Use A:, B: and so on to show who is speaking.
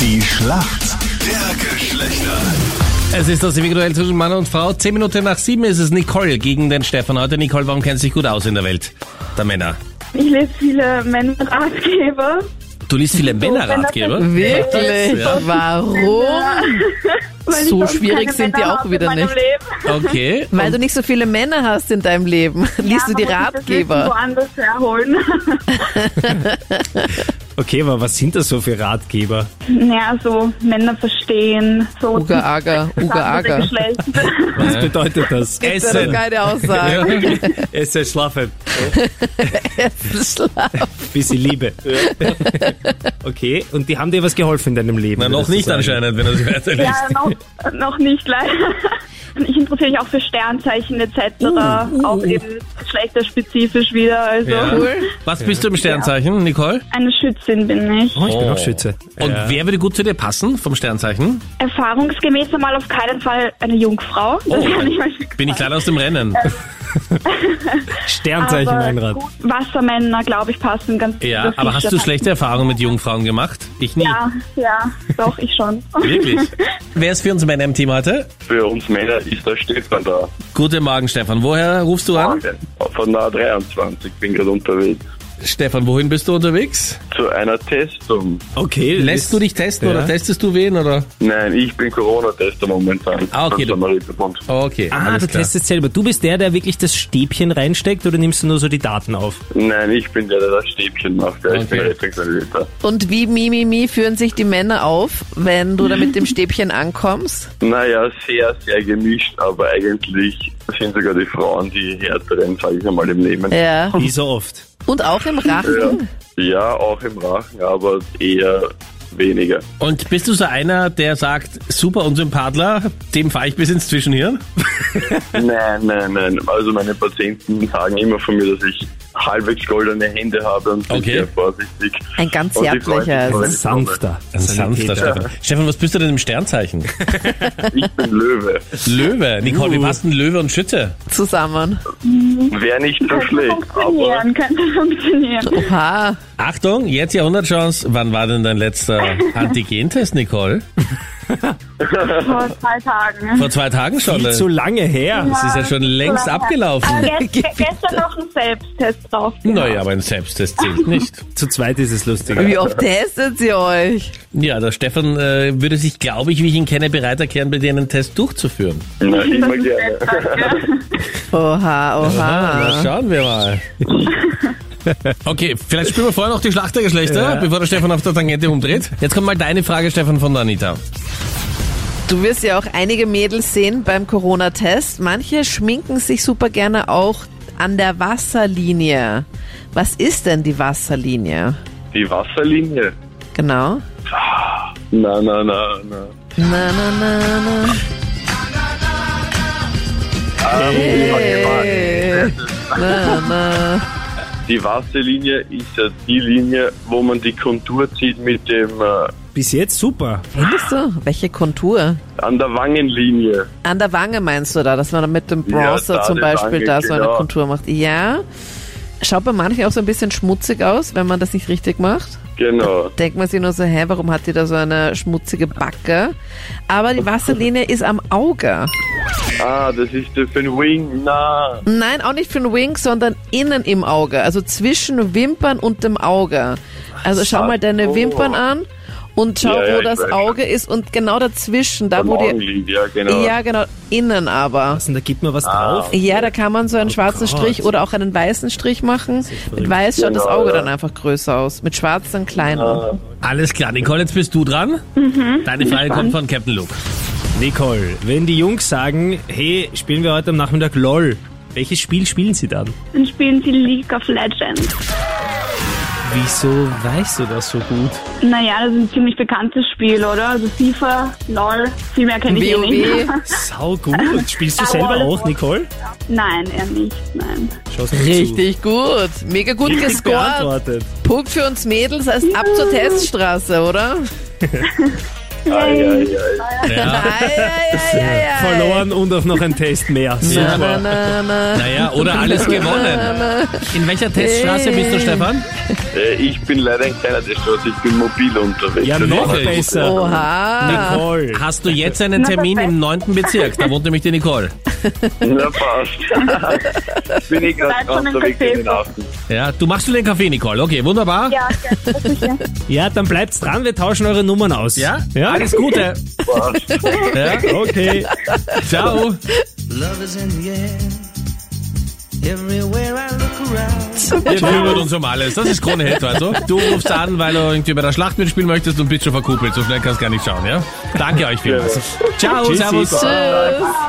A: Die Schlacht der Geschlechter.
B: Es ist das individuell zwischen Mann und Frau. Zehn Minuten nach sieben ist es Nicole gegen den Stefan heute. Nicole, warum kennst du dich gut aus in der Welt der Männer?
C: Ich lese viele Männerratgeber.
B: Du liest viele Männerratgeber.
D: Wirklich?
B: Ja.
D: Warum?
C: weil ich
D: So
C: sonst
D: schwierig
C: keine
D: sind die
C: Männer
D: auch
C: habe
D: wieder
C: in meinem
D: nicht.
C: Leben.
B: Okay.
D: Weil du nicht so viele Männer hast in deinem Leben, liest du die
C: Ja, man muss sich das Wissen
D: Ratgeber.
C: woanders herholen.
E: Okay, aber was sind das so für Ratgeber?
C: Naja, so Männer verstehen. So
D: Uga Aga, Uga
C: andere
D: Aga.
C: Geschlecht.
E: Was bedeutet das?
D: Das ist eine
B: Essen.
D: geile
B: Ja.
D: Aussage.
E: Esse, schlafe,
D: Schlaf.
E: bisschen Liebe. Okay, und die haben dir was geholfen in deinem Leben?
B: Na, noch
E: würdest du
B: nicht
E: sagen?
B: anscheinend, wenn du sie weiterliest.
C: Ja, noch, noch nicht leider. Ich interessiere mich auch für Sternzeichen etc.
D: Uh,
C: Auch eben geschlechterspezifisch wieder. Also
B: Ja.
D: Cool.
B: Was bist du im Sternzeichen, Nicole?
C: eine Schützin bin ich.
E: Oh, ich bin
B: Oh.
E: auch Schütze.
B: Und
E: Ja.
B: wer würde gut zu dir passen vom Sternzeichen?
C: Erfahrungsgemäß einmal auf keinen Fall eine Jungfrau. Das
B: Oh.
C: kann ich euch nicht
B: Bin ich
C: sagen.
B: leider aus dem Rennen.
E: Sternzeichen
C: Aber
E: Meinrad.
C: gut, Wassermänner, glaube ich, passen ganz gut
B: Ja,
C: auf
B: aber
C: mich
B: hast du
C: dabei.
B: schlechte Erfahrungen mit Jungfrauen gemacht? Ich nie.
C: Ja, ja, doch, ich schon.
B: Wirklich? Wer ist für uns in meinem Team heute?
F: Für uns Männer ist der Stefan da.
B: Guten Morgen, Stefan. Woher rufst du an?
F: Von der 23 bin gerade unterwegs.
B: Stefan, wohin bist du unterwegs?
F: Zu einer Testung.
E: Okay. das
B: Lässt
E: ist-
B: du dich testen
E: Ja.
B: oder testest du wen? Oder?
F: Nein, ich bin Corona-Tester momentan.
B: Ah, okay, du-
F: Von Marietabund.
B: Okay,
E: Ah,
B: alles
E: du
B: klar.
E: testest selber. Du bist der, der wirklich das Stäbchen reinsteckt oder nimmst du nur so die Daten auf?
F: Nein, ich bin der, der das Stäbchen macht. Ja, ich bin
B: Okay.
F: Rettungsanwälter.
D: Und wie Mimimi mi, mi führen sich die Männer auf, wenn du da mit dem Stäbchen ankommst?
F: Naja, sehr, sehr gemischt, aber eigentlich sind sogar die Frauen die härteren, sage ich einmal, im Leben.
D: Ja.
E: Wie so oft.
D: Und auch im
F: Ja.
D: Rachen?
F: ja, auch im Rachen, aber eher weniger.
B: Und bist du so einer, der sagt, super Unsympathler, dem fahre ich bis ins Zwischenhirn?
F: Nein, nein, nein. Also meine Patienten sagen immer von mir, dass ich halbwegs goldene Hände habe und bin
B: Okay.
F: sehr vorsichtig.
D: Ein ganz
F: Und die freuen sich
D: zärtlicher. also
F: voll, wenn ich komme.
E: Sanfter.
B: Ein sanfter Stefan. Stefan, was bist du denn im Sternzeichen?
F: Ich bin Löwe.
B: Löwe. Nicole, wie passt denn Löwe und Schütze?
D: Zusammen.
F: Wäre nicht so
C: Könnte
F: schlecht, aber
C: funktionieren, könnte funktionieren.
D: Oha.
B: Achtung, jetzt Jahrhundertchance. Wann war denn dein letzter Antigentest, Nicole?
C: Vor zwei Tagen.
B: Vor zwei Tagen schon.
E: Viel zu lange her.
B: Das ist ja schon längst abgelaufen.
C: Aber gest gestern noch ein Selbsttest drauf.
B: Naja, aber ein Selbsttest zählt nicht.
E: Zu zweit ist es lustiger.
D: Wie oft testet sie euch?
B: Ja, der Stefan äh, würde sich, glaube ich, wie ich ihn kenne, bereit erklären, bei dir einen Test durchzuführen.
F: na, immer gerne.
C: gerne.
D: Oha, oha.
C: Ah.
B: Na, schauen wir mal. Okay, vielleicht spielen wir vorher noch die Schlacht der Geschlechter,
E: Ja.
B: bevor der Stefan auf der Tangente umdreht. Jetzt kommt mal deine Frage, Stefan, von der Anita.
D: Du wirst ja auch einige Mädels sehen beim Corona-Test. Manche schminken sich super gerne auch an der Wasserlinie. Was ist denn die Wasserlinie?
F: Die Wasserlinie.
D: Genau.
F: Na, na, na, na.
D: Na, na, na, na. Hey. Na, na.
F: Die Wasserlinie ist ja die Linie, wo man die Kontur zieht mit dem äh,
E: Bis jetzt super.
D: Findest du? Welche Kontur?
F: an der Wangenlinie.
D: An der Wange meinst du da, dass man da mit dem Bronzer
F: Ja, da
D: zum
F: die
D: Beispiel
F: Wange,
D: da so eine
F: genau.
D: Kontur macht? Ja. Schaut bei manchen auch so ein bisschen schmutzig aus, wenn man das nicht richtig macht.
F: Genau.
D: denkt man sich nur so, hä, warum hat die da so eine schmutzige Backe? Aber die Wasserlinie ist am Auge.
F: Ah, das ist der für den Wing. Na.
D: Nein, auch nicht für den Wing, sondern innen im Auge. Also zwischen Wimpern und dem Auge. Also schau mal deine
F: so.
D: Wimpern an und schau,
F: Oh. Ja, ja,
D: wo
F: ich
D: das
F: weiß.
D: Auge ist und genau dazwischen, da
F: Am
D: wo die...
F: Augenlid, ja, genau.
D: Ja, genau, innen aber.
E: Was denn, da gibt mir was
B: Ah.
E: drauf?
D: Ja, da kann man so einen schwarzen Strich oder auch einen weißen Strich machen. Mit weiß schaut das
F: Genau,
D: Auge
F: ja. Ah.
D: dann einfach größer aus. Mit schwarz dann kleiner.
B: Alles klar, Nicole, jetzt bist du dran.
C: Mhm.
B: Deine Frage Äh, kommt von Captain Luke.
E: Nicole, wenn die Jungs sagen, hey, spielen wir heute am Nachmittag LOL, welches Spiel spielen sie dann?
C: Dann spielen sie League of Legends.
E: Wieso weißt du das so gut?
C: Naja, das ist ein ziemlich bekanntes Spiel, oder? Also FIFA, LOL, viel mehr kenne ich eh nicht.
D: WoW.
E: Sau gut. Spielst du selber auch, Nicole?
C: Nein, eher nicht, nein.
E: Schaust du zu.
D: Richtig gut. Mega gut
E: Richtig
D: gescored.
E: beantwortet.
D: Punkt für uns Mädels heißt ab zur Teststraße, oder?
F: Ei, ei, ei.
B: Ja.
F: äh,
D: Verloren.
E: Verloren und auch noch ein Test mehr.
D: Na, na,
E: Super.
D: na, na.
B: Naja, oder alles gewonnen. In welcher Teststraße bist du, Stefan?
F: Äh, Ich bin leider ein kleiner Teststraße, ich bin mobil unterwegs.
E: Ja,
F: Das
E: noch
F: ist-
D: 哦
E: besser.
D: Oha.
E: Nicole.
B: Hast du jetzt einen
C: Na,
B: Termin
C: perfekt.
B: im 9. Bezirk? Da wohnt nämlich die Nicole.
F: Na passt. bin ich
C: Bereit
F: gerade
C: von den
F: unterwegs in den
C: Kaffee.
F: Aften.
B: Ja, du machst du den Kaffee, Nicole. Okay, wunderbar.
C: Ja, gerne.
E: Ja, dann bleibt's dran, wir tauschen eure Nummern aus.
B: Ja?
E: Ja?
B: Alles Gute.
F: Passt.
B: Ja,
E: Okay.
B: ciao.
G: Love is in the air. Everywhere I look around.
B: Wir kümmern uns um alles. Das ist Krone Hit, also. Du rufst an, weil du irgendwie bei der Schlacht mitspielen möchtest und bist schon verkuppelt. So schnell kannst du gar nicht schauen, ja? Danke euch vielmals. Ciao,
E: Tschüssi.
B: servus.
D: Tschüss.